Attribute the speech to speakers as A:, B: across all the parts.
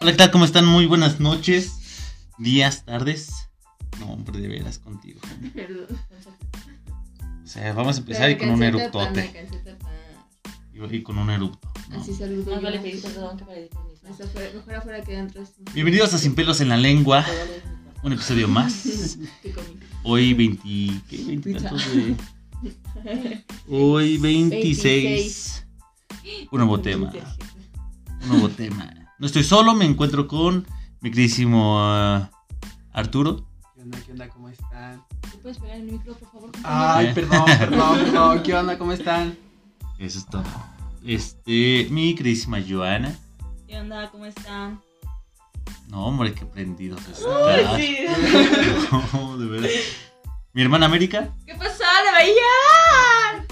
A: Hola, ¿qué tal? ¿Cómo están? Muy buenas noches, días, tardes. No, hombre, de veras contigo.
B: Perdón.
A: O sea, vamos a empezar y
B: Pero
A: con un
B: calceta pan,
A: eruptote.
B: calceta pan.
A: Y y con un erupto. ¿no?
B: Así saludo
C: Más
B: yo.
C: vale pedir perdón que pedir permiso.
B: Hasta afuera- mejor afuera que adentro. sí.
A: Bienvenidos a Sin Pelos en la Lengua,
C: Todo lo mismo.
A: un episodio más.
B: Qué cómico.
A: Hoy 20. ¿Qué? 20 tantos de- Hoy 26. Un nuevo tema. Un nuevo tema. No estoy solo, me encuentro con mi queridísimo ah, Arturo.
D: ¿Qué onda? ¿Qué onda? ¿Cómo están?
C: ¿Te puedes pegar el micro, por favor?
D: Ay,
A: Eh.
D: perdón, perdón, perdón. ¿Qué onda? ¿Cómo están?
A: Eso es todo. Este, mi queridísima Joana.
C: ¿Qué onda? ¿Cómo están?
A: No, hombre, qué prendidos estás. No, de verdad. Mi hermana América
C: ¿Qué pasó? ¡De Bahía!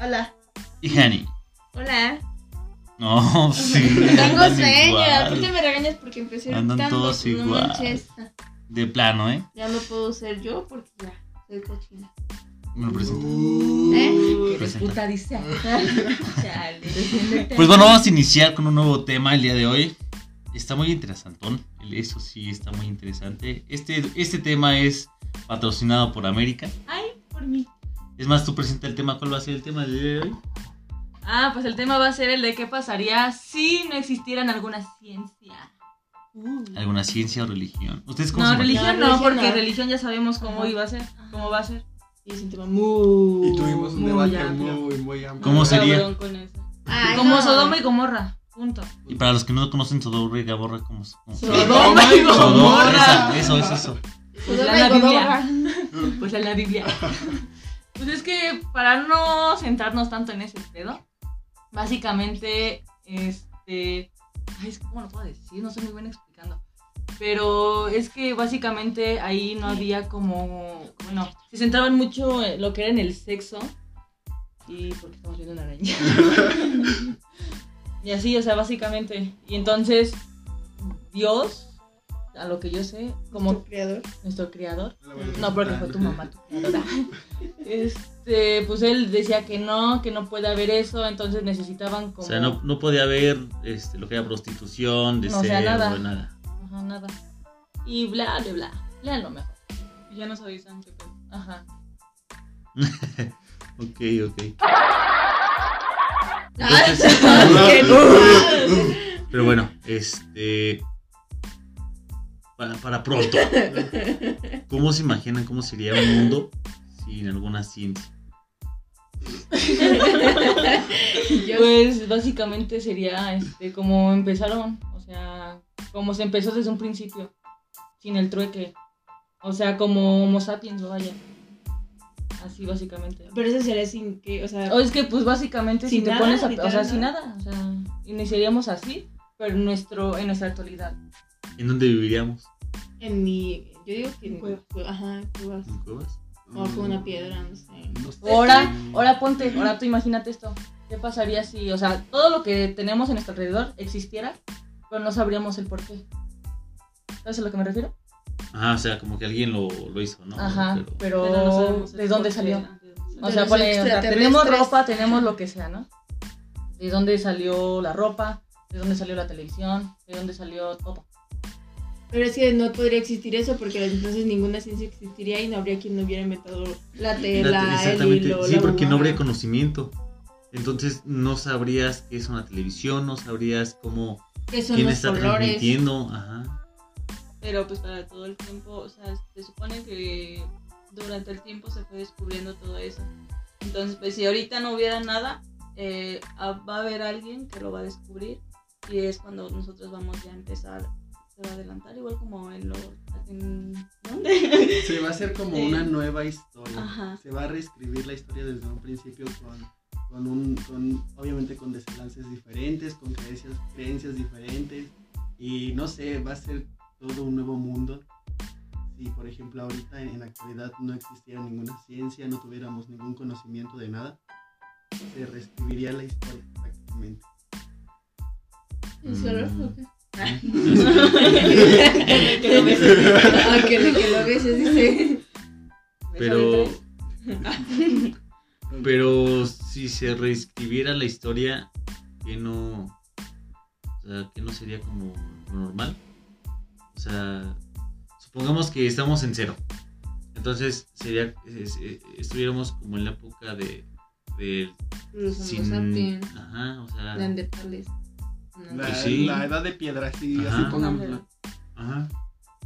B: Hola.
A: y Hani.
B: Hola.
A: No, sí.
B: Tengo
A: andan
B: sueño.
A: igual.
B: Tú te me regañas porque empecé
A: Andan
B: gritando,
A: todos
B: no
A: igual.
B: manches.
A: De plano, ¿eh?
B: Ya no puedo ser yo porque ya soy cochina.
A: Me lo presento.
B: Uh.
C: ¿Eh?
A: Presenta.
C: puta dice? Chale.
A: Pues bueno, vamos a iniciar con un nuevo tema el día de hoy. Está muy interesantón. Eso sí, está muy interesante. Este, este tema es patrocinado por América.
C: Ay, por mí.
A: Es más, tú presenta el tema. ¿Cuál va a ser el tema del día de hoy?
C: Ah, pues el tema va a ser el de qué pasaría si no existieran alguna ciencia.
A: ¿Alguna ciencia o religión? ¿Ustedes cómo
C: No,
A: se imaginan?
C: religión
B: No,
C: no,
B: religión
C: porque
B: no.
C: religión ya sabemos cómo
B: Ajá.
C: iba a ser, cómo va a ser.
B: Y es un tema muy.
D: Y tuvimos un
C: Muy
D: debate
C: amplio.
D: muy, muy amplio.
A: ¿Cómo se- sería?
C: Cabrón con eso.
B: Ay,
C: Como
B: no.
C: Sodoma y Gomorra, punto.
A: Y para los que no conocen Sodoma y Gaborra, ¿cómo se cómo se-
D: Sodoma y
A: Sodoma,
D: Gomorra.
A: esa, Eso, eso, eso.
B: Sodoma
C: la
B: y
C: Biblia.
B: Gomorra.
C: Pues en la Biblia. Pues es que para no centrarnos tanto en ese pedo, básicamente, este. Ay, es que, ¿cómo lo puedo decir? No soy muy buena explicando. Pero es que básicamente ahí no había como. Bueno, se centraban mucho en lo que era en el sexo. Y porque estamos viendo una araña. y así, o sea, básicamente. Y entonces, Dios, a lo que yo sé, como
B: Tu creador.
C: nuestro creador,
D: La voy a
C: no, porque fue tu mamá. tu creadora. Este, pues él decía que no, que no puede haber eso, entonces necesitaban
A: O
C: como...
A: sea, no, no podía haber este, lo que era prostitución, deseo,
C: No, o sea, nada.
A: nada.
C: Ajá, nada. Y bla, bla, bla. Lean lo mejor. Y ya nos avisan qué pedo. pues, Ajá.
A: Ok, ok. Entonces- Pero bueno, este. Para, para pronto. ¿Cómo se imaginan cómo sería un mundo sin alguna ciencia?
B: Yo-
C: Pues básicamente sería este, como empezaron, o sea, como se empezó desde un principio, sin el trueque. O sea, como Homo sapiens, vaya. Así básicamente.
B: Pero eso sería sin que. O sea.
C: O es que, pues básicamente,
B: Sin
C: si te
B: nada,
C: pones a. O
B: literal,
C: sea,
B: ¿no?
C: sin nada. O sea, iniciaríamos así, pero en nuestro, en nuestra actualidad.
A: ¿En dónde viviríamos?
B: En mi. Yo digo que en.
C: Cueva.
B: Ajá, cuevas.
A: ¿En cuevas?
B: O bajo Oh, una piedra, no sé.
D: No sé.
C: Ahora, ahora ponte, ahora tú imagínate esto. ¿Qué pasaría si, o sea, todo lo que tenemos en nuestro alrededor existiera, pero no sabríamos el por qué? ¿Sabes a lo que me refiero?
A: Ajá, Ah, o sea, como que alguien lo, lo hizo, ¿no?
C: Ajá, pero,
A: Pero-
C: ¿de dónde salió? O
B: De
C: sea,
B: los
C: ponle, o sea,
B: extraterrestres.
C: tenemos ropa, tenemos lo que sea, ¿no? ¿De dónde salió la ropa? ¿De dónde salió la televisión? ¿De dónde salió todo?
B: Pero es que no podría existir eso porque entonces ninguna ciencia existiría y no habría quien no hubiera inventado la tela,
A: Exactamente.
B: el hilo,
A: sí,
B: la
A: porque no
B: aguja.
A: habría conocimiento. Entonces no sabrías qué es una televisión, no sabrías cómo
B: ¿Qué son
A: quién
B: los
A: está
B: colores?
A: transmitiendo. Ajá.
E: Pero pues para todo el tiempo, o sea, se supone que durante el tiempo se fue descubriendo todo eso. Entonces, pues si ahorita no hubiera nada, eh, a- va a haber alguien que lo va a descubrir y es cuando nosotros vamos ya a empezar, se va a adelantar igual como en los... En, ¿Dónde?
D: Se va a hacer como
E: Sí.
D: una nueva historia.
E: Ajá.
D: Se va a reescribir la historia desde un principio con, con un, con, obviamente con desenlaces diferentes, con creencias, creencias diferentes. Y no sé, va a ser todo un nuevo mundo. Si, por ejemplo, ahorita en la actualidad no existiera ninguna ciencia, no tuviéramos ningún conocimiento de nada, se reescribiría la historia prácticamente.
B: ¿Es olor
A: Mm.
B: o qué?
C: Que lo ves.
B: Ah, que lo que lo beses, dice.
A: Pero, pero si se reescribiera la historia, que no, O sea, que no sería como lo normal. O sea, supongamos que estamos en cero. Entonces, sería es- es- estuviéramos como en la época de del
F: Los
A: sin-
F: homo sapiens,
A: ajá, o sea,
F: neandertales.
D: La,
A: Pues sí.
D: la edad de piedra, sí,
A: Ajá.
D: así pongámoslo.
A: Ajá.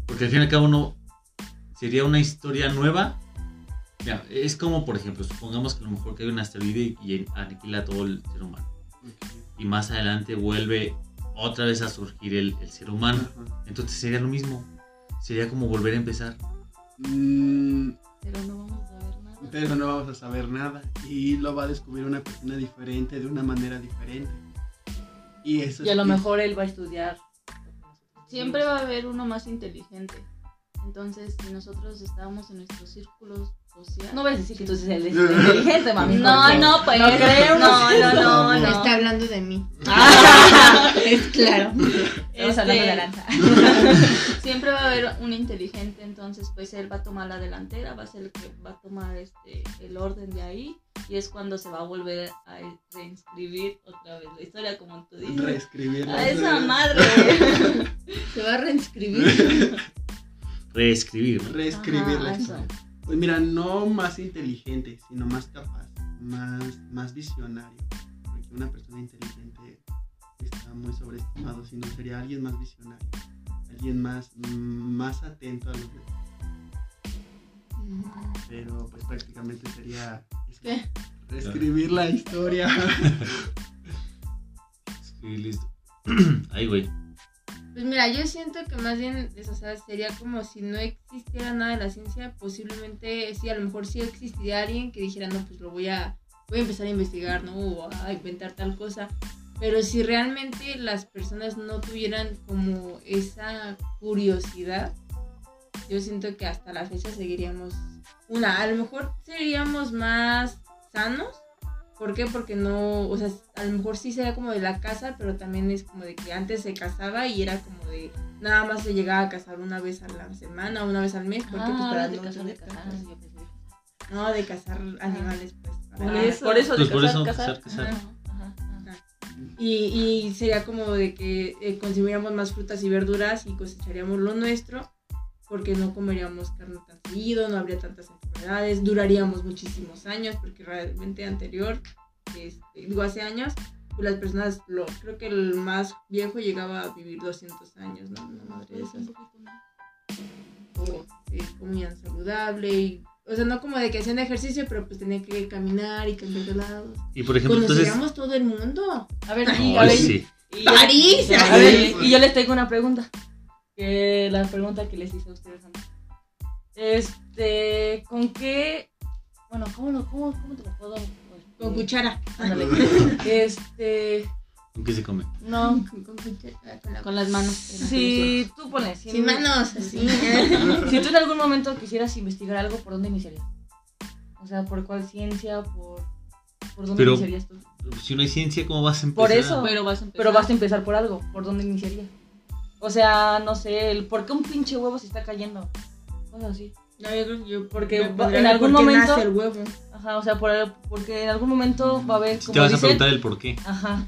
A: Porque al fin y al cabo no sería una historia nueva. Ya, es como, por ejemplo, supongamos que a lo mejor cae un asteroide y y aniquila todo el ser humano. Y más adelante vuelve otra vez a surgir el, el ser humano.
D: Ajá.
A: Entonces sería lo mismo. Sería como volver a empezar.
D: Mm,
F: Pero no vamos a ver nada.
D: pero no vamos a saber nada y lo va a descubrir una persona diferente de una manera diferente. Y eso
C: Y a
D: es-
C: lo mejor él va a estudiar.
F: Siempre va a haber uno más inteligente. Entonces, si nosotros estábamos en nuestro círculo social.
C: No voy a decir que entonces él es inteligente, mami.
F: no, no, pues.
C: No creo, no.
F: No, no, no, no.
B: Está hablando de mí.
C: Ah,
B: Es claro.
C: Estamos hablando de
F: Este,
C: Aranza.
F: Siempre va a haber un inteligente, entonces pues él va a tomar la delantera, va a ser el que va a tomar este el orden de ahí y es cuando se va a volver a reinscribir otra vez la historia como tú dices.
D: reescribir.
F: a
D: las
F: esa
D: reglas.
F: madre.
B: Se va a reinscribir.
A: Reescribir, ¿no?
D: Reescribir
F: Ajá,
D: la
F: eso.
D: historia. Pues mira, no más inteligente, sino más capaz, más, más visionario. Porque una persona inteligente está muy sobreestimado, sino sería alguien más visionario, alguien más, más atento a los demás. Pero pues prácticamente sería eso,
F: ¿Qué?
D: reescribir la historia.
A: Escribir listo. Ay, güey.
B: Pues mira, yo siento que más bien es, o sea, sería como si no existiera nada de la ciencia, posiblemente sí, a lo mejor sí existiría alguien que dijera, no, pues lo voy a, voy a empezar a investigar, ¿no? O a inventar tal cosa. Pero si realmente las personas no tuvieran como esa curiosidad, yo siento que hasta la fecha seguiríamos, una, a lo mejor seríamos más sanos. ¿Por qué? Porque no, o sea, a lo mejor sí será como de la casa, pero también es como de que antes se casaba y era como de nada más se llegaba a casar una vez a la semana, una vez al mes,
E: Ah,
B: porque
C: Ah,
B: pues para no tener casas. No, de cazar animales, pues. para-
C: Ah. Por eso.
F: Ah, Por eso de
A: Pues por
F: casar,
A: eso,
F: casar.
A: casar,
F: Ajá, ajá, ajá.
B: Y, y sería como de que eh, consumiríamos más frutas y verduras y cosecharíamos lo nuestro, porque no comeríamos carne tan seguido, no habría tantas enfermedades, duraríamos muchísimos años, porque realmente anterior, este, digo hace años, pues las personas, lo, creo que el más viejo llegaba a vivir 200 años, ¿no? Una madre de
F: Pues,
B: esas
F: un poquito más.
B: o eh, comían saludable y o sea no como de que hacían ejercicio pero pues tenían que caminar y cambiar de lados
A: Y por ejemplo, entonces.
B: conocíamos todo el mundo
C: A ver, y, Pues a
A: Ay,
C: ver,
A: sí.
C: y-
B: París
C: A ver, pues. y yo les tengo una pregunta. Que la pregunta que les hice a ustedes antes. Este, ¿con qué? Bueno, ¿cómo, lo, cómo, cómo te lo puedo?
B: con cuchara
C: Ándale. Este,
A: ¿Con qué se come?
C: no,
B: con cuchara con la-
F: Con las manos.
C: si tú pones. si-
B: sin manos así
C: Si tú en algún momento quisieras investigar algo, ¿por dónde iniciarías? O sea, ¿por cuál ciencia? ¿Por, por dónde
A: Pero-
C: iniciarías tú?
A: Si no hay ciencia, ¿cómo vas a empezar?
C: Por eso.
F: Pero vas a empezar.
C: Pero vas a empezar por algo. ¿Por dónde iniciarías? O sea, no sé, el ¿por qué un pinche huevo se está cayendo? Cosas así.
B: no, yo creo que yo
C: Porque
B: me
C: va-
B: pondría
C: en
B: de
C: algún
B: por qué
C: momento-
B: nace el huevo
C: Ajá, o sea, por, porque en algún momento va a haber,
A: Si
C: como
A: te vas a
C: dicen,
A: preguntar el por qué.
C: Ajá.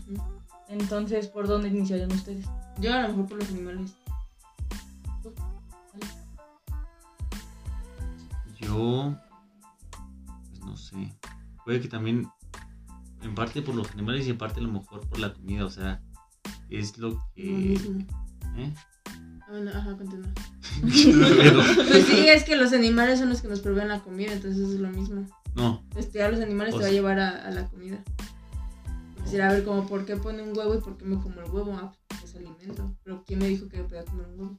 C: Entonces, ¿por dónde iniciarían ustedes?
B: yo a lo mejor por los animales
A: Yo. Pues no sé. Puede que también. En parte por los animales y en parte a lo mejor por la comida. O sea, es lo
B: lo
A: que.
B: mismo
A: ¿eh?
B: Ah, bueno, ajá continúa
A: Pero,
B: pues sí es que los animales son los que nos proveen la comida entonces es lo mismo
A: no.
B: estudiar los animales
A: O
B: te va a
A: sea-
B: llevar a, a la comida. Quisiera ver como por qué pone un huevo y por qué me como el huevo. Ah, pues es alimento. Pero ¿quién me dijo que podía comer un huevo?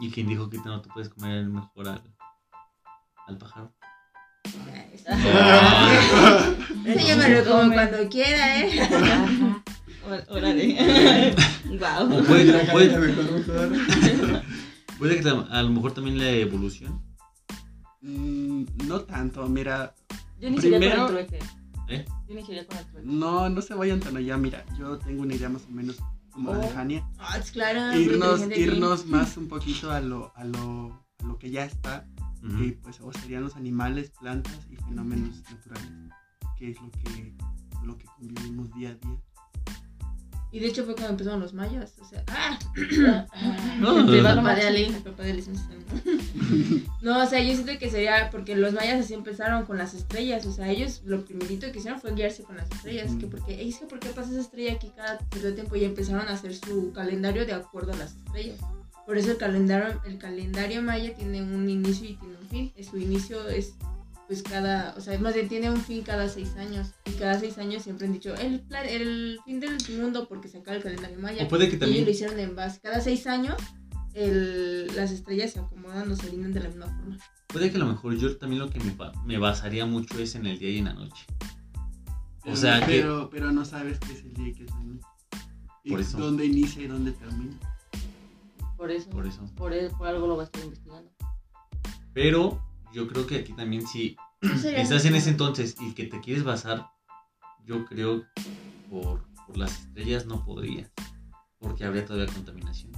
A: ¿Y quién dijo que no te puedes comer mejor al, al pájaro?
B: Ah, Eso
A: Ah.
B: eso yo me lo como
C: Come.
B: cuando quiera, ¿eh?
C: Ajá.
F: Or- Órale. wow.
A: O puede,
D: La
A: o puede-
D: galleta de Corruptor.
A: puede que tam- a lo mejor también la evolución.
D: Mm, no tanto, mira,
C: Yo iniciaría
D: Primero-
C: con el trueque.
A: ¿Eh?
C: Yo iniciaría con el trueque.
D: no, no se vayan tan allá, mira, yo tengo una idea más o menos
F: Oh.
D: como la de Jania.
B: Ah, es claro. muy
D: irnos,
B: inteligente aquí.
D: irnos más un poquito a lo, a lo, a lo que ya está
A: Ujú.
D: y pues o serían los animales, plantas y fenómenos naturales, que es lo que, lo que convivimos día a día.
B: Y de hecho fue cuando empezaron los mayas. O sea, ¡ah!
G: No.
B: El papá de Ale, el papá de Ale, sí, sí, sí. No, o sea, yo siento que sería porque los mayas así empezaron con las estrellas. O sea, ellos lo primerito que hicieron fue guiarse con las estrellas.
G: Ujú.
B: Que porque, es que ¿por qué pasa esa estrella aquí cada cierto tiempo? Y empezaron a hacer su calendario de acuerdo a las estrellas. Por eso el calendario, el calendario maya tiene un inicio y tiene un fin. Su inicio es pues cada, o sea, más bien tiene un fin cada seis años. Y cada seis años siempre han dicho el, pla- el fin del mundo porque se acaba el calendario maya.
A: O puede que
B: Y ellos lo
A: también.
B: hicieron en base. Cada seis años el- las estrellas se acomodan o se alinean de la misma forma.
A: Puede que a lo mejor yo también lo que me, ba- me basaría mucho es en el día y en la noche. O sea que-
D: pero, pero no sabes qué es el día y qué es la noche. Y
A: Por eso.
D: dónde inicia y dónde termina.
C: Por eso.
A: Por eso.
C: Por, eso- por algo lo vas a estar investigando.
A: Pero yo creo que aquí también si
B: Sería-
A: estás en ese entonces y que te quieres basar, yo creo por, por las estrellas no podría. Porque habría todavía contaminación.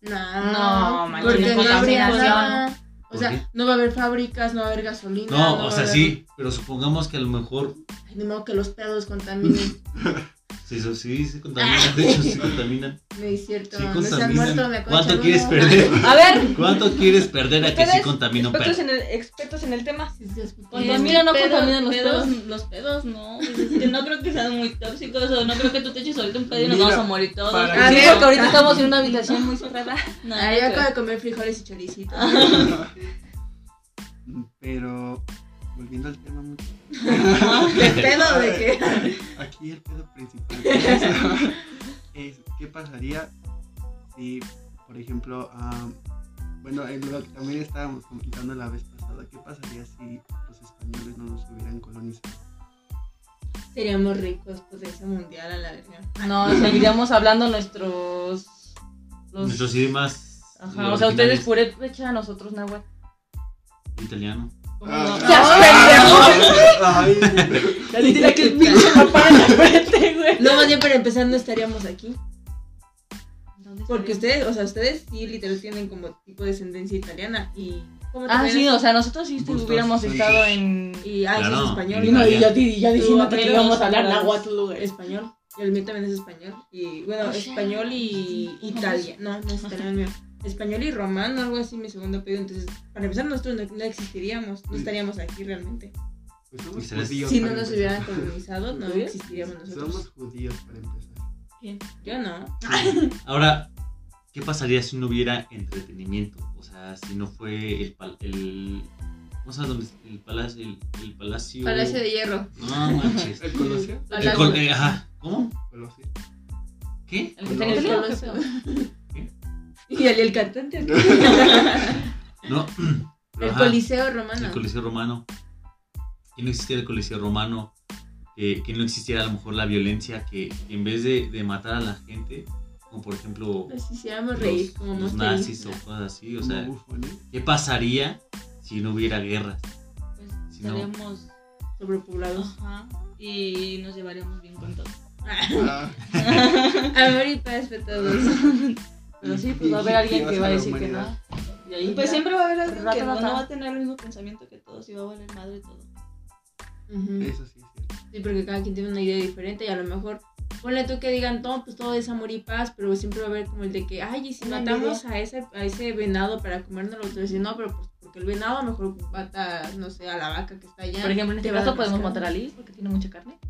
B: No,
C: No, manches,
B: porque no habría
C: contaminación.
B: nada. O
A: ¿Por qué?
B: sea, no va a haber fábricas, no va a haber gasolina.
A: No,
B: va
A: o
B: a
A: sea,
B: haber-
A: sí, pero supongamos que a lo mejor
B: Ay, De modo que los pedos contaminen.
A: sí, sí, sí, se contaminan. De hecho, sí contaminan.
B: No es cierto.
A: Sí
B: no se han
A: contaminan.
B: muerto, me acuerdo de
A: ¿Cuánto
B: uno.
A: quieres perder?
C: Ah.
F: A ver,
A: ¿Cuánto quieres perder a que sí
F: Ustedes,
A: contamina un perro?
F: expertos en, el, expertos en el tema.
B: Sí, sí, sí.
F: ¿Contaminan o Pues no
C: Pedo-
F: contaminan los
C: pedos-
F: pedos? Los pedos no. pues, es que no creo que sean muy tóxicos o no creo que tú te eches ahorita un pedo y nos
D: Mira,
F: vamos a morir todos.
D: para
B: que-
F: Ah, sí,
B: ver.
F: porque ahorita estamos en una habitación muy cerrada. No,
B: Ah,
F: no
B: yo
F: creo.
B: acabo de comer frijoles y choricitos.
D: Pero volviendo al tema mucho.
B: ¿De pedo o de qué?
D: Aquí el pedo principal es, es, qué pasaría si, por ejemplo, am, bueno, en lo que también estábamos comentando la vez pasada, qué pasaría si los españoles no nos hubieran colonizado.
B: Seríamos ricos, potencia mundial a la verga.
C: No, seguiríamos hablando nuestros. Los,
A: Nuestros idiomas.
C: Ajá, o sea, ustedes purepecha, nosotros náhuatl.
A: Italiano.
D: Ah,
C: Ya le diré que el pinche papá en la frente, güey.
B: No, más bien para empezar no estaríamos aquí. Porque
C: ustedes
B: ustedes, o sea, ustedes sí literal tienen como tipo descendencia italiana y ¿cómo te
C: Ah,
B: llamas?
C: sí, o sea, nosotros sí
A: Gustos,
C: hubiéramos
A: sí.
C: estado en.
B: y ah,
A: Claro,
B: eso es
A: y
B: español.
A: no, y yo
C: ya
F: diciéndote que íbamos a hablar
C: náhuatl, güey.
B: español. Y el mío también es español. Y bueno,
F: O sea,
B: español y Italia. No, no es italiano el mío. Español y romano, algo así, mi segundo apellido. Entonces, para empezar, nosotros no, no existiríamos, no
D: Sí.
B: estaríamos aquí realmente.
D: Pues somos
A: Ustedes-
D: judíos
B: Si no
D: para
B: nos
D: empezar.
B: hubieran colonizado, no
C: ¿Sí?
B: existiríamos
D: Somos
B: nosotros.
D: judíos para empezar.
B: Yo no.
A: Ahora, ¿qué pasaría si no hubiera entretenimiento? O sea, si no fue el. pal- el ¿Cómo se llama dónde es? El palacio. El, el palacio.
B: Palacio de Hierro.
A: No manches.
D: ¿El Colosio?
A: El col- eh, ajá. ¿Cómo?
D: Colosio.
A: ¿Qué?
C: El que está en el
B: Colosio.
C: Colosio.
B: Y el, el cantante. aquí.
A: No.
B: el
A: Ajá.
B: Coliseo Romano.
A: El Coliseo Romano. Que no existiera el Coliseo Romano. Que, que no existiera a lo mejor la violencia. Que, que en vez de, de matar a la gente, como por ejemplo
B: Nos hiciéramos reír
A: los,
B: como
A: los
B: monstruos.
A: nazis o cosas así. O
D: Como
A: sea,
D: bufones.
A: ¿qué pasaría si no hubiera guerras?
F: Pues
A: Si no-
F: estaríamos.
B: sobrepoblados.
F: Ajá. Y nos llevaríamos bien con todos.
D: Ah,
B: Amor y paz para todos.
C: Pero sí, pues va a haber alguien que va a decir que no. Y ahí
F: Pues
C: ya.
F: siempre va a haber alguien
C: Rata,
F: que no,
C: rata.
F: no va a tener el mismo pensamiento que todos y va a valer madre todo.
B: Ujú.
D: Eso sí es cierto.
B: Sí, porque cada quien tiene una idea diferente y a lo mejor ponle tú que digan, no, pues todo es amor y paz, pero siempre va a haber como el de que, ay, y si
F: Una
B: matamos a ese, a ese venado para comernos los tres, no, pero pues porque el venado mejor mata, no sé, a la vaca que está allá.
C: Por ejemplo, en este
B: Te va
C: caso
B: a
C: podemos
B: rascar.
C: matar a Liz porque tiene mucha carne.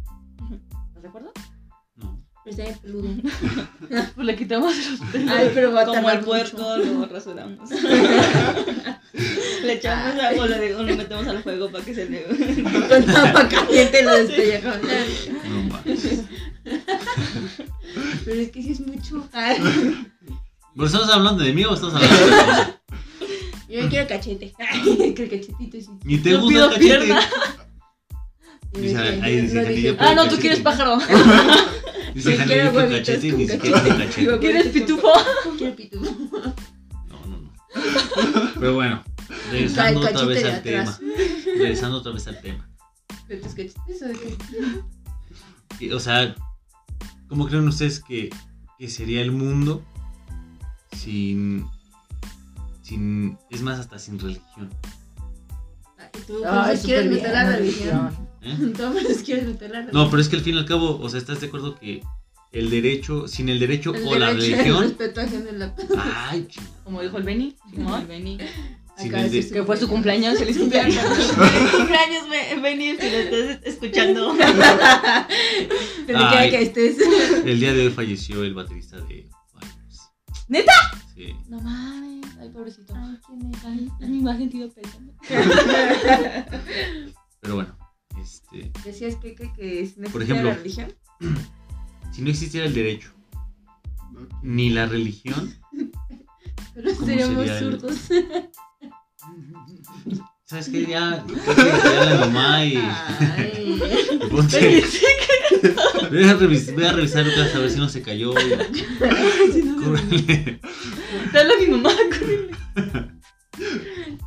C: ¿Estás de acuerdo?
A: No.
B: Pero está bien peludo.
C: Pues le quitamos los pelos.
B: Ay, pero va a
F: Como
B: tardar
F: el puerco lo rasuramos. le echamos agua, lo, de- lo metemos al fuego para que se le.
B: mucho. Con tapa caliente lo despellejamos.
A: No manches.
B: Pero es que sí es mucho. Ay,
A: ¿Pero estás hablando de mí o estás hablando de otra cosa?
B: yo me quiero cachete. Ay, que el cachetito sí.
A: Ni te
C: Yo
A: gusta
C: pido
A: el cachete.
C: pierna.
A: Dice,
B: Yo dije-
A: ahí dice
B: no
A: que
B: dije-
A: yo
C: Ah, no, tú
A: Cachete.
C: quieres pájaro.
A: Dice
B: Yo quiero
A: Janine con
B: huevitos
A: cachete y
B: con
A: ni siquiera
B: cachete.
A: con cachete.
B: Digo,
C: ¿Quieres pitufo?
B: Quiero pitufo.
A: No, no, no. Pero bueno,
B: Ay,
A: regresando otra
B: cachete
A: vez
B: de
A: al tema.
B: atrás.
A: Regresando otra vez al tema.
B: ¿De tus cachetes o de qué?
A: Y, O sea, ¿cómo creen ustedes que, que sería el mundo sin, sin. Es más, hasta sin religión.
B: Ay, ah, tú entonces quieres meter la religión.
A: ¿eh?
B: Tú entonces quieres meter la religión.
A: No, pero es que al fin y al cabo, o sea, ¿estás de acuerdo que el derecho, sin el derecho
B: El
A: o la
B: derecho al
A: religión.
B: respeto ajeno en la paz.
A: Ay, chingada.
C: Como dijo el Benny, Simón,
F: Vení.
A: Sin
B: Acá
A: el
B: sí
A: de-
B: se
C: que fue su cumpleaños, feliz cumpleaños.
F: Feliz cumpleaños, Be- Benny, si lo estás escuchando.
B: Donde quiera
A: Ay.
B: que este estés.
A: El día de hoy falleció el baterista de Fires.
C: ¿Neta?
A: Sí.
C: No mames, ay pobrecito.
B: Ay, ¿quién es?
C: Ay, es mi imagen tío pensando.
A: Pero bueno, este,
B: Decías que, que, que si no
A: Por
B: existiera
A: ejemplo.
B: la religión.
A: si no existiera el derecho ni la religión,
B: Pero
A: ¿Cómo
B: seríamos
A: sería el-
B: zurdos.
A: ¿sabes qué? Ya, ya la mamá y
B: Ay.
A: ponte. Ve a, revis- ve a revisar Lucas a ver si no se cayó. y- Cúbrele.
C: Dale a mi mamá, corre.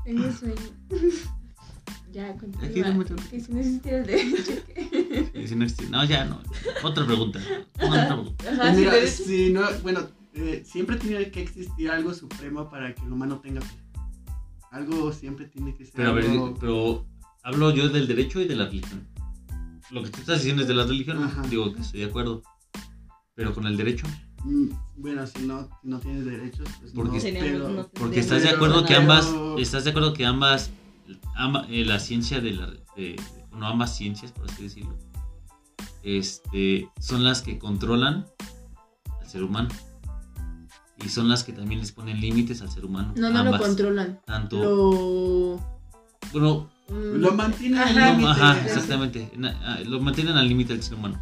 B: Tengo sueño. Ya,
A: Aquí no
B: continúa.
A: mucho.
B: Que si no existiera el derecho. que-
A: Y si no existe- No, ya no. Otra pregunta. Pongan otra pregunta.
F: Ajá, si
D: Mira,
F: te des-
D: sí, no, bueno, eh, siempre tiene que existir algo supremo para que el humano tenga fe. Algo siempre tiene que ser.
A: Pero a ver,
D: algo-
A: pero hablo yo del derecho y de la religión. Lo que tú estás diciendo es de la religión.
D: Ajá.
A: Digo que estoy de acuerdo. Pero con el derecho.
D: Mm, Bueno, si no, si no tienes derechos, pues
A: Porque-
D: no,
F: Seríamos
D: pero-
F: unos-
A: Porque
F: Pero-
A: estás de acuerdo que
D: pero-
A: ambas, estás de acuerdo que ambas, ama- eh, la ciencia de la, de- no ambas ciencias, por así decirlo, este, son las que controlan al ser humano y son las que también les ponen límites al ser humano.
B: No, no
A: ambas,
B: lo controlan.
A: Tanto,
B: Lo.
A: bueno,
B: mm,
D: Lo mantiene al
B: Ajá.
A: no,
D: límite.
A: ajá,
B: sí.
A: exactamente, na- ah, lo mantienen al límite al ser humano.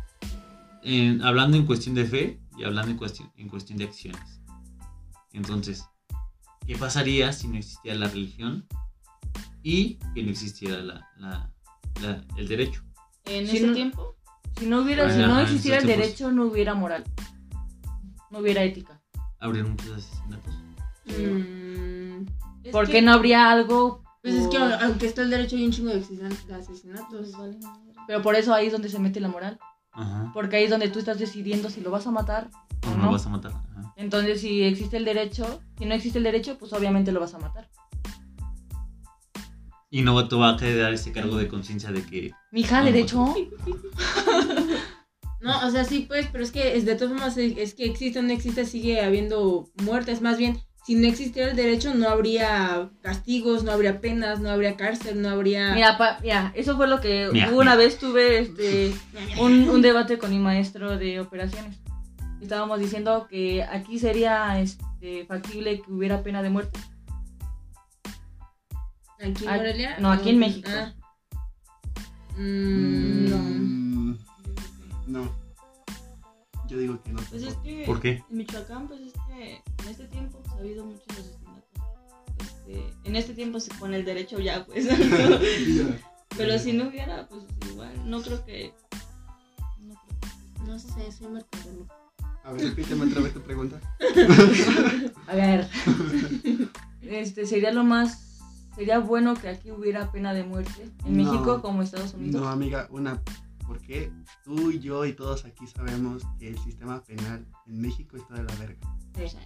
A: En- hablando en cuestión de fe y hablando en cuestión, en cuestión de acciones. Entonces, ¿qué pasaría si no existiera la religión y que no existiera la- la- la- el derecho?
F: En
C: Si
F: ese
C: no-
F: tiempo,
C: Si no hubiera,
A: Ajá,
C: si no
A: en
C: existiera el
A: esos tiempos.
C: derecho, no hubiera moral. No hubiera ética.
A: Habría muchos asesinatos.
B: mm,
F: es
C: ¿Por
F: que-
C: qué no habría algo?
B: Pues es que
C: por-
B: aunque está el derecho hay un chingo de asesina- de asesinatos.
F: Pues vale, madre.
C: Pero por eso ahí es donde se mete la moral.
A: Ajá.
C: Porque ahí es donde tú estás decidiendo si lo vas a matar o
A: ¿O no
C: no.
A: vas a matar? Ajá.
C: Entonces, si existe el derecho, si no existe el derecho, pues obviamente lo vas a matar.
A: Y no te va a quedar ese cargo de conciencia de que...
C: Mija,
A: No,
C: derecho.
B: No, o sea, sí, pues, pero es que es de todas formas es es que existe o no existe, sigue habiendo muertes. Más bien, si no existiera el derecho, no habría castigos, no habría penas, no habría cárcel, no habría.
C: Mira, pa- mira, eso fue lo que
A: Mira,
C: hubo una
A: mira.
C: vez tuve este, un, un debate con mi maestro de operaciones. Estábamos diciendo que aquí sería este, factible que hubiera pena de muerte.
B: ¿Aquí en
C: Ah,
B: Morelia?
C: no, aquí en México.
B: Ah. Mm, no.
D: Mm, No. Yo digo que no.
F: Pues es que
A: ¿Por qué?
F: en Michoacán, pues es que en este tiempo pues, ha habido muchos asesinatos. Este, en este tiempo se pone el derecho ya, pues.
D: Ya.
F: Pero si no hubiera, pues igual, no creo que... No creo que-
B: No sé, soy mercadólogo.
D: A ver, repíteme otra vez tu pregunta.
C: A ver. este, sería lo más. Sería bueno que aquí hubiera pena de muerte en
D: No.
C: México como Estados Unidos.
D: No, amiga, una. Porque tú y yo y todos aquí sabemos que el sistema penal en México está de la verga.
F: o sea,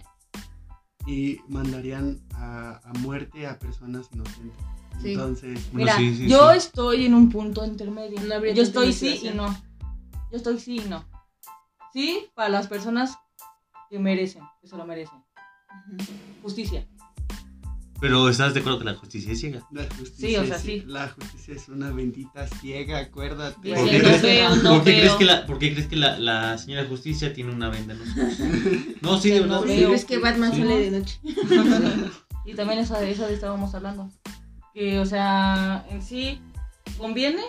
D: Y mandarían a, a muerte a personas inocentes.
B: Sí.
D: Entonces,
A: Bueno,
C: Mira,
A: sí, sí,
C: yo
A: sí.
C: estoy en un punto intermedio.
B: No habría
C: yo
B: tanta
C: estoy sí y
B: investigación.
C: no. Yo estoy sí y no. Sí, para las personas que merecen, que se lo merecen. Justicia.
A: Pero estás de acuerdo que la justicia es ciega.
D: la justicia.
C: Sí, o sea,
D: es-
C: sí.
D: La justicia es una bendita ciega, acuérdate.
A: ¿Por
F: Pues, sí,
A: qué
F: no
A: crees-
F: veo, no
A: ¿Por qué crees
F: veo.
A: que la, por qué crees que la, la señora justicia tiene una venda? en los ojos? No, sí, de
C: No
A: verdad.
C: veo.
B: es que Batman
A: Sí.
B: sale de noche.
C: Y también eso, eso de estábamos hablando. Que, o sea, en sí conviene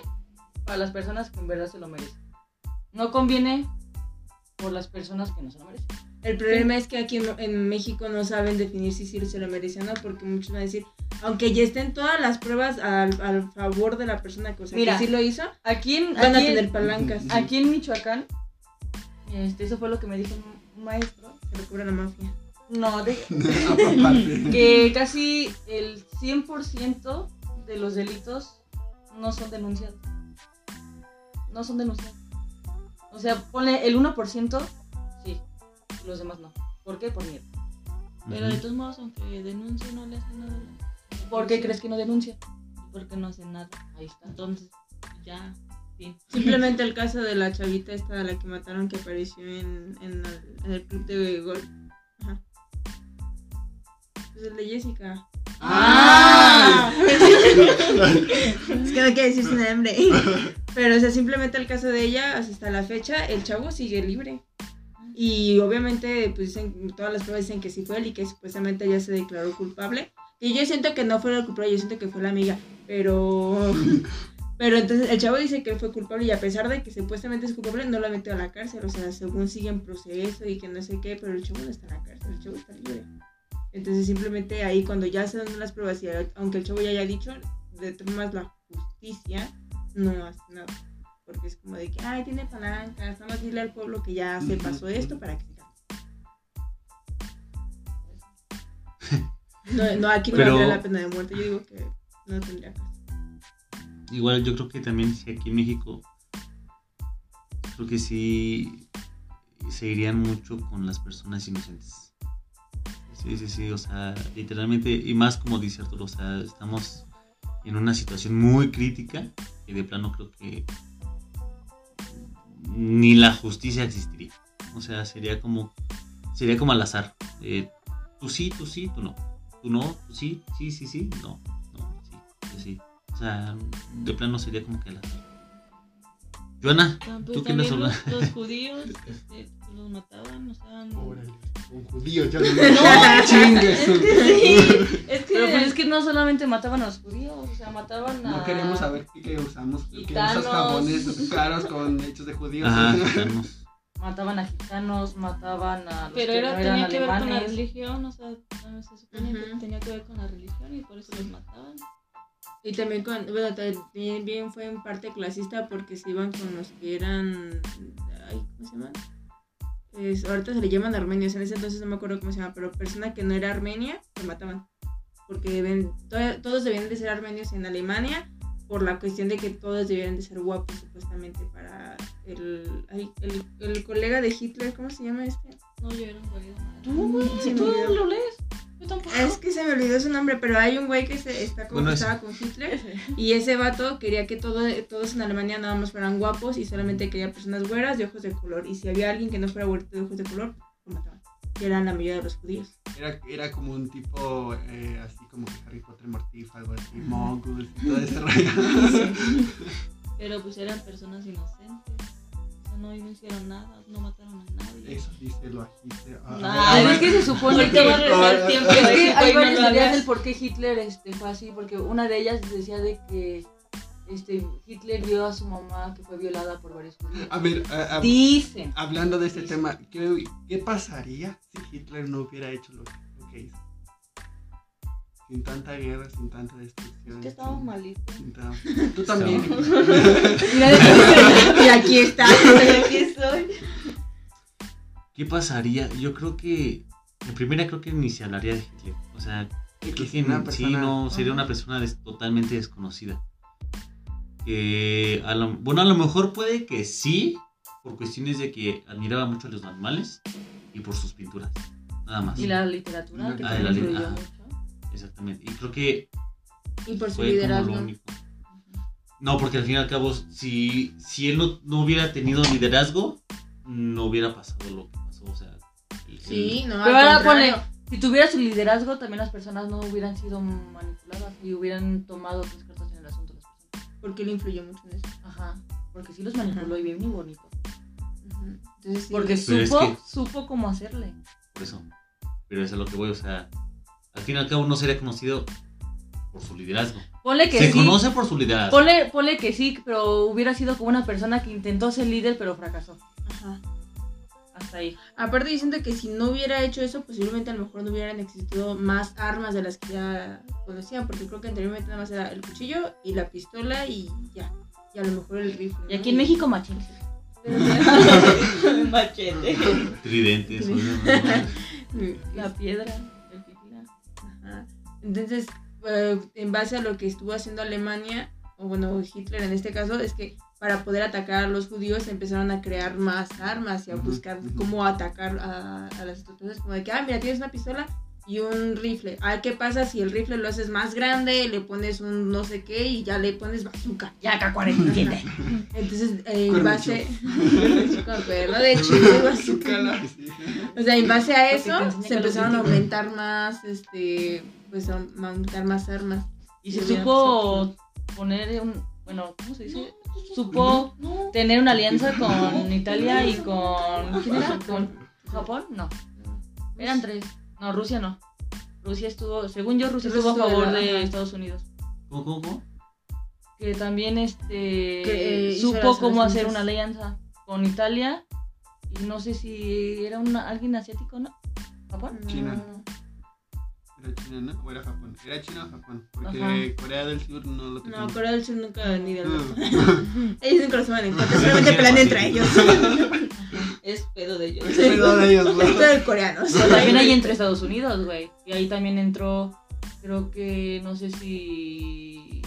C: para las personas que en verdad se lo merecen. No conviene por las personas que no se lo merecen.
B: El problema es que aquí en, en México no saben definir si sí se lo merece o no, porque muchos van a decir, aunque ya estén todas las pruebas al, al favor de la persona que, o sea,
C: Mira.
B: que sí lo hizo,
C: Aquí en,
B: van a
C: aquí en-
B: tener palancas.
D: Ujú.
C: aquí en Michoacán, este, eso fue lo que me dijo un- un maestro.
B: Se lo cobra la mafia.
C: No, de,
D: Aparte.
C: que casi el 100% de los delitos no son denunciados. No son denunciados. O sea, ponle el 1%, sí, y los demás no. ¿Por qué? Por miedo.
F: Pero de todos modos, aunque denuncie, no le hacen nada.
C: ¿Por qué crees que no denuncia?
F: Porque no hacen nada.
C: Ahí está.
F: Entonces, ya.
C: Fin.
B: Simplemente el caso de la chavita esta a la que mataron que apareció en, en el, en el club de golf. Ajá. Pues el de Jessica.
C: Ah.
B: Es que no quiero decir su nombre. Pero, o sea, simplemente el caso de ella, hasta la fecha, el chavo sigue libre. Y obviamente, pues dicen, todas las pruebas dicen que sí fue él y que supuestamente ella se declaró culpable. Y yo siento que no fue el culpable, yo siento que fue la amiga. Pero. Pero entonces el chavo dice que él fue culpable y a pesar de que supuestamente es culpable, no lo metió a la cárcel. O sea, según sigue en proceso y que no sé qué, pero el chavo no está en la cárcel, el chavo está libre. Entonces simplemente ahí cuando ya se dan las pruebas y aunque el chavo ya haya dicho, de tomas la justicia, no hace nada. Porque es como de que, ay, tiene palancas, nada más dile al pueblo que ya se pasó esto para que se calme. No, no, aquí no
A: Pero-
B: valdría la pena de muerte. Yo digo que no tendría caso.
A: Igual yo creo que también si aquí en México, creo que sí se irían mucho con las personas inocentes. Sí, sí, sí, o sea, literalmente, y más como dice Arturo, o sea, estamos en una situación muy crítica que de plano creo que ni la justicia existiría. O sea, sería como, sería como al azar. eh, tú sí, tú sí, tú no. Tú no, tú sí, sí, sí, sí, no, no, sí, sí, sí. O sea, de plano sería como que la. Joana,
F: Pues
A: ¿Tú qué
F: también
A: nos
F: los, los judíos este, los mataban, o sea. no-
D: Órale, un judío, ya no
F: No,
D: chingues.
F: Sí, es que,
C: Pero pues es que no solamente mataban a los judíos, o sea, mataban a.
D: No queremos saber qué usamos, que usas
F: Gitanos.
D: jabones caros con hechos de judíos.
A: ajá, danos.
C: Mataban a gitanos, mataban a. Los
F: pero
C: Pues que
F: era,
C: no eran
F: tenía que ver con la
C: alemanes.
F: religión, o sea, no, se supone que
B: Ujú.
F: tenía que ver con la religión y por eso los mataban.
B: Y también con, bueno, también bien fue en parte clasista porque se iban con los que eran, ay, ¿cómo se llaman? Es- ahorita se le llaman armenios, en ese entonces no me acuerdo cómo se llama, pero persona que no era armenia, lo mataban. Porque ven- to- todos debían de ser armenios en Alemania por la cuestión de que todos debían de ser guapos supuestamente para el, ay, el, el colega de Hitler, ¿cómo se llama este?
F: No, yo era un judío malo.
C: Tú, güey,
B: Se me
C: tú
B: olvidó.
C: lo lees. Yo tampoco.
B: Ah, Es que se me olvidó su nombre, pero hay un güey que se está como
A: Bueno,
B: que
A: ese.
B: estaba con Hitler y ese vato quería que todo, todos en Alemania nada más fueran guapos y solamente quería personas güeras de ojos de color. Y si había alguien que no fuera güerito de ojos de color, lo mataban. Que eran la mayoría de los judíos.
D: Era, era como un tipo eh, así como que Harry Potter mortífago, así, Mogus y todo ese rollo.
F: Pero pues eran personas inocentes. O sea, no, no hicieron nada, no mataron a nadie.
D: Eso dice lo agite. Ah,
F: Nah,
D: a ver,
C: es que se supone
F: Ahorita
C: que.
F: va a regresar el tiempo.
C: Es que hay
F: Ahí no
C: varias
F: lo
C: teorías
F: hagas.
C: del por qué Hitler este, fue así, porque una de ellas decía de que este, Hitler vio a su mamá que fue violada por varios judíos.
D: a ver, a- a-
C: Dicen.
D: hablando de este tema, ¿qué, qué pasaría si Hitler no hubiera hecho lo que, lo que hizo? Sin tanta guerra, sin tanta destrucción.
F: Es que estaba
D: sin-
F: malito.
D: sin tan- Tú también.
B: y aquí está.
F: Aquí estoy.
A: ¿Qué pasaría? Yo creo que. En primera, creo que ni se hablaría de Hitler. O sea, creo que
D: Una
A: ni- sí,
D: persona-
A: no, sería una persona des- totalmente desconocida. Que a lo- bueno, a lo mejor puede que sí, por cuestiones de que admiraba mucho a los animales y por sus pinturas. Nada más.
C: Y la literatura, que
A: Ah,
C: también
A: la li-
C: influyó
A: ajá.
C: mucho.
A: Exactamente. Y creo que
B: Y por su
A: fue como lo
B: liderazgo.
A: único. No, porque al fin y al cabo, si, si él no, no hubiera tenido liderazgo, no hubiera pasado lo que pasó. O sea, el-
B: Sí, no,
C: Pero
B: al
C: ahora
B: contrario.
C: ponle, si tuviera su liderazgo, también las personas no hubieran sido manipuladas y hubieran tomado otras cartas en el asunto. Las personas.
B: Porque él influyó mucho en eso.
C: Ajá. Porque sí los manipuló y bien muy bonito.
B: Ujú. Entonces, sí,
C: Porque
A: Pero es
C: supo,
A: que-
C: supo cómo hacerle.
A: por eso. Pero eso es a lo que voy, o sea, al fin y al cabo no sería conocido por su liderazgo.
C: Ponle que
A: Se
C: sí.
A: conoce por su liderazgo.
C: Ponle, ponle que sí, pero hubiera sido como una persona que intentó ser líder, pero fracasó.
B: ajá.
C: Hasta ahí.
B: Aparte, yo siento que si no hubiera hecho eso, posiblemente a lo mejor no hubieran existido más armas de las que ya conocían, porque creo que anteriormente nada más era el cuchillo y la pistola y ya. Y a lo mejor el rifle.
C: Y
B: ¿no?
C: aquí en México, machín.
F: Machete.
A: Tridentes. o sea,
B: Mm,
C: La
B: la-
C: piedra, el piquila.
B: ajá. Entonces, eh, en base a lo que estuvo haciendo Alemania, o bueno, Hitler en este caso, es que para poder atacar a los judíos empezaron a crear más armas y a
D: Ujú,
B: buscar
D: ujú.
B: cómo atacar a, a las otras personas. Como de que, ah, mira, tienes una pistola, y un rifle. A ver qué pasa si el rifle lo haces más grande, le pones un no sé qué y ya le pones bazooka.
C: Ya acá 47.
B: Entonces, eh, en
D: Cuernucho.
B: base. Con cuerno de chile, bazooka. O sea, en base a
C: Porque
B: eso,
C: te enseña
B: se
C: Call of
B: empezaron a
C: Duty.
B: aumentar más, este, pues a aumentar más armas.
C: Y se supo poner un. Bueno, ¿cómo se dice? Supo tener una alianza con Italia y con. ¿Quién era? ¿Con Japón? No. Eran tres. No, Rusia no. Rusia estuvo. Según yo, Rusia estuvo a
B: Rusia
C: favor
B: era,
C: de
B: ajá.
C: Estados Unidos.
A: ¿Cómo, cómo, cómo?
C: que también este
B: Que, eh, hizo
C: supo
B: las
C: cómo hacer
B: alianzas.
C: una alianza con Italia y no sé si era una, alguien asiático, ¿no? Japón.
D: China.
B: No.
D: Era China, ¿no? O era Japón. Era China o Japón. Porque
C: Ajá.
D: Corea del Sur no lo
B: No,
D: tenía.
B: Corea del Sur nunca ni de
D: Mm.
B: Ellos nunca los van a encontrar, solamente pelean entre ellos.
F: Es pedo de ellos.
D: Perdón a ellos, ¿no?
B: Esto de coreanos.
C: Pero también hay entre Estados Unidos, güey. Y ahí también entró, creo que no sé si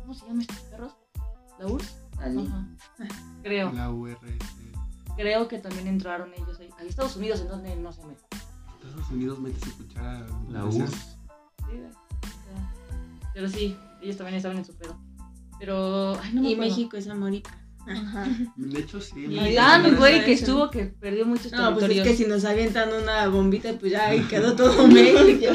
C: ¿cómo se llaman estos perros? La URSS. Ajá. Creo,
D: La URSS.
C: creo que también entraron ellos ahí. Ahí Estados Unidos en donde no se mete.
D: Estados Unidos mete su cuchara.
A: La
D: o sea,
A: URSS.
C: Pero sí, ellos también estaban en su pedo. Pero ay, no me
B: Y
C: acuerdo.
B: México es Ah. amorita. Ajá.
D: De hecho, sí.
C: Y
D: me-
C: ah, mi
B: no
C: güey,
B: se
C: que
B: echa.
C: estuvo, que perdió muchos
B: No, pues es
C: territorios.
B: que si nos avientan una bombita, pues ya ahí quedó todo México.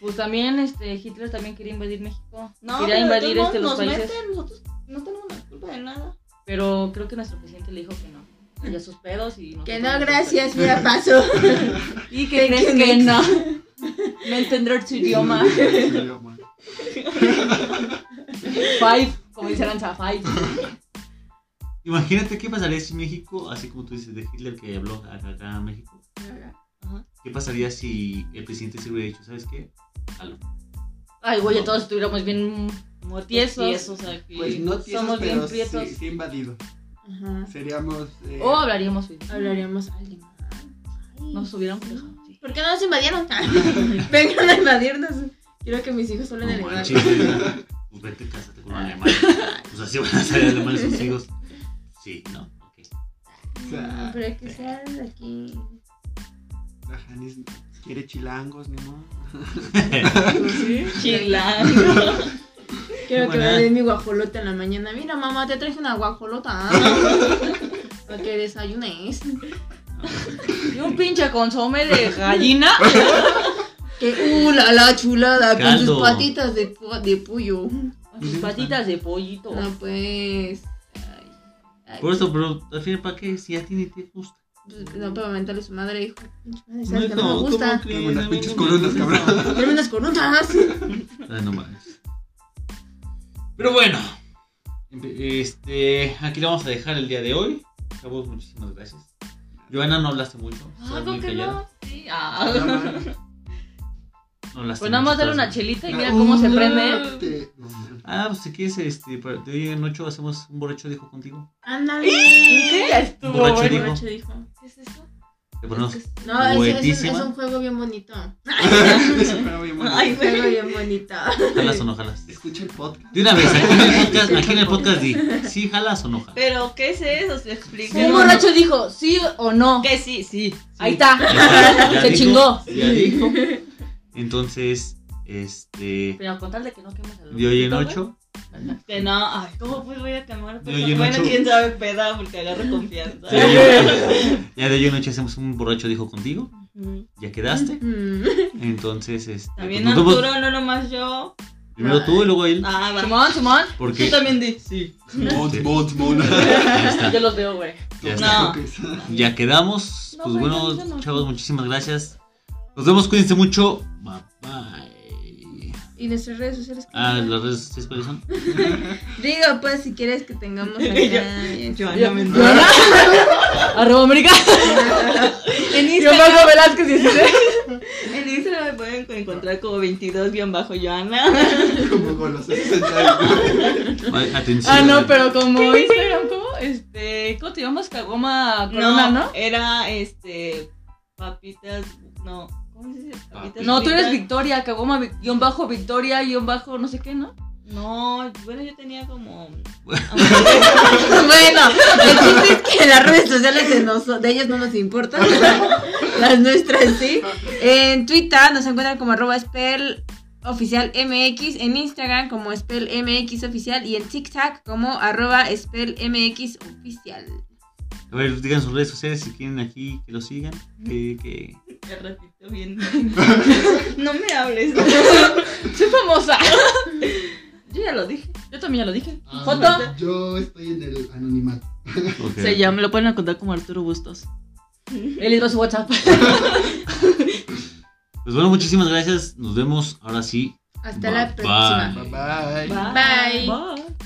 C: Pues también este, Hitler también quería invadir México.
F: No,
C: quería
F: pero
C: invadir
F: todos
C: este, los
F: nos
C: países.
F: meten, nosotros no tenemos la culpa de nada.
C: Pero creo que nuestro presidente le dijo que no. Que Ya sus pedos y
B: Que no,
C: nosotros nuestros
B: gracias, mira, paso.
C: pedos. Y que
B: Thank
C: crees
B: you,
C: que
B: next.
C: no. No entenderá su idioma. Five, como dice Aranza, five.
A: Imagínate qué pasaría si México, así como tú dices de Hitler que habló acá, acá a México, qué pasaría si el presidente se hubiera dicho, ¿sabes qué? Jalo.
C: Ay, güey, ya todos estuviéramos bien
F: Tiesos.
C: tiesos.
F: o sea, que
D: Pues no tiesos,
C: Somos bien
D: pero
C: prietos. Oh,
D: sí, sí invadido.
B: Ajá.
D: Seríamos. eh,
C: O hablaríamos bien.
B: Hablaríamos alemán.
C: Nos hubieran dejado. sí.
B: ¿Por qué no nos invadieron? Vengan a invadirnos. Quiero que mis hijos hablen
A: No
B: alemán.
A: manches, güey. pues vete, cásate con un alemán. Pues así van a salir alemanes sus hijos. Sí, no, ok.
D: o sea,
B: Pero que sean de aquí.
D: la Janis quiere chilangos, ni modo.
C: Chilango.
B: Quiero que me
A: Buena.
B: den mi guajolota en la mañana. Mira, mamá, te traje una guajolota. ah, Para que desayunes.
C: Y un pinche consome de gallina.
B: Que, uh, la, la chulada con
A: Caldo.
B: sus patitas de, po- de pollo.
C: Con Sus patitas de pollito.
B: No, pues. ay, ay,
A: Por eso, pero al final, ¿para qué? Si ya tiene, te gusta.
B: pues, No, para mentarle a su madre, hijo.
A: No,
B: Pinche madre, sabes que no me
A: ¿cómo
B: gusta.
A: crees?
D: Como las
A: A mí
D: pinches
A: no me
D: coronas,
A: gusta.
D: cabrón.
B: Tráeme unas coronas.
A: Ah, no mames. Pero bueno, este, aquí la vamos a dejar el día de hoy. Chavos, muchísimas gracias. Joana, no hablaste mucho. estabas muy callada.
C: Sí. ah.
A: No hablaste
C: Pues nada
A: mucho,
C: más dale
A: estabas
C: una
A: muy-
C: chelita y mira cómo se prende.
D: Te- este, no, man.
A: Ah, pues si quieres, este, para- te doy en ocho, hacemos un borracho dijo contigo.
B: Ándale.
C: Ya estuvo
A: Borracho
C: bueno.
A: dijo.
B: Borracho dijo.
F: ¿Qué es eso?
A: Te ponemos
B: No, es- es, un,
A: Buenísima.
B: es un juego bien bonito.
D: Eso, pero bien bonito.
B: Es un juego bien bonito.
A: jalas o no jalas.
D: Escucha el podcast.
A: De una vez, aquí en el podcast, aquí en el podcast di, sí jalas o no jalas.
F: ¿Pero qué es eso? ¿Se explica?
C: Un borracho dijo, sí o no.
F: Que sí, sí.
C: Ahí está.
A: Ya- ya
C: Se
A: dijo,
C: chingó.
A: Ya dijo. Entonces, este,
C: Pero con tal de que no quemes al
A: de hoy en
C: locutor,
A: ocho.
F: Que no, ay, ¿cómo pues voy a calmar?
A: Yo lleno
F: Bueno,
A: ocho.
F: quién sabe, peda, porque agarro confianza.
A: Ya de- ya de hoy en ocho hacemos un borracho dijo contigo. Ya quedaste.
B: Mm.
A: Entonces, este.
F: También
A: pues nos vemos
F: Arturo, no nomás yo.
A: Primero tú y luego él.
F: Ah,
C: güey.
F: va.
C: Simón, Simón.
F: Tú
A: Porque.
F: también di.
A: Sí.
D: Mont, mont, mont.
A: Ya está.
C: Yo los veo, güey.
A: Ya está.
F: No.
A: Ya quedamos.
F: No,
A: pues
F: bueno,
A: bueno,
F: yo no.
A: chavos, muchísimas gracias. Nos vemos, cuídense mucho. Bye bye.
B: Y nuestras redes sociales. ¿qué
A: Ah,
B: son?
A: las redes sociales cuáles son.
B: Digo, pues, si quieres que tengamos acá.
F: Yo,
C: Yo-
F: no me
C: Yola. Arroba América.
F: En
C: Yo
F: Instagram,
C: Marco Velázquez 16.
F: en Instagram me pueden encontrar como 22-Joana.
D: Como con los 60.
A: Ay, Atención.
C: Ah, no, pero como Instagram, ¿cómo? Este, ¿cómo te llamas? Caguama Corona, ¿no?
F: Era este. Papitas. No. ¿Cómo se dice? Papitas.
C: No, tú eres
F: fritas.
C: Victoria, Caguama, vi- guión bajo, Victoria, guión bajo, no sé qué, ¿no?
F: No, bueno, yo tenía como.
C: bueno, el chiste es que
B: las redes sociales de, noso- de ellos no nos importan. las nuestras sí. En Twitter nos encuentran como arroba spell oficial MX, en Instagram como spell MX oficial y en TikTok como arroba spell MX oficial.
A: A ver, digan sus redes sociales si quieren aquí que lo sigan. Que, que...
F: Te repito bien. no me hables.
C: Soy famosa.
F: Yo ya lo dije.
C: Yo también ya lo dije.
H: Ah,
C: Foto.
H: Yo estoy en el anonimato.
A: ok.
C: Se llama, lo pueden encontrar como Arturo Bustos. Él entró a su WhatsApp.
A: Pues bueno, muchísimas gracias. Nos vemos ahora sí.
B: Hasta
A: Bye,
B: la
A: bye.
B: próxima.
H: Bye bye.
B: Bye.
C: Bye.